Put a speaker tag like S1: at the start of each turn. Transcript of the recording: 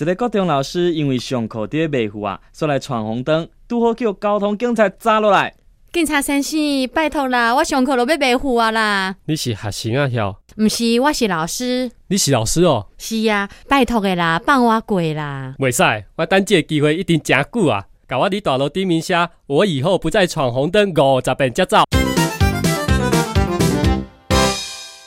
S1: 一个高中老师因为上课伫咧卖糊啊，煞来闯红灯，拄好叫交通警察抓落来。
S2: 警察先生，拜托啦，我上课都要白付啊啦！
S3: 你是学生啊，晓？
S2: 毋是，我是老师。
S3: 你是老师哦？
S2: 是啊，拜托的啦，放我过啦。
S3: 袂使，我等这个机会一定真久啊！甲我伫大楼顶面写，我以后不再闯红灯五十遍才走。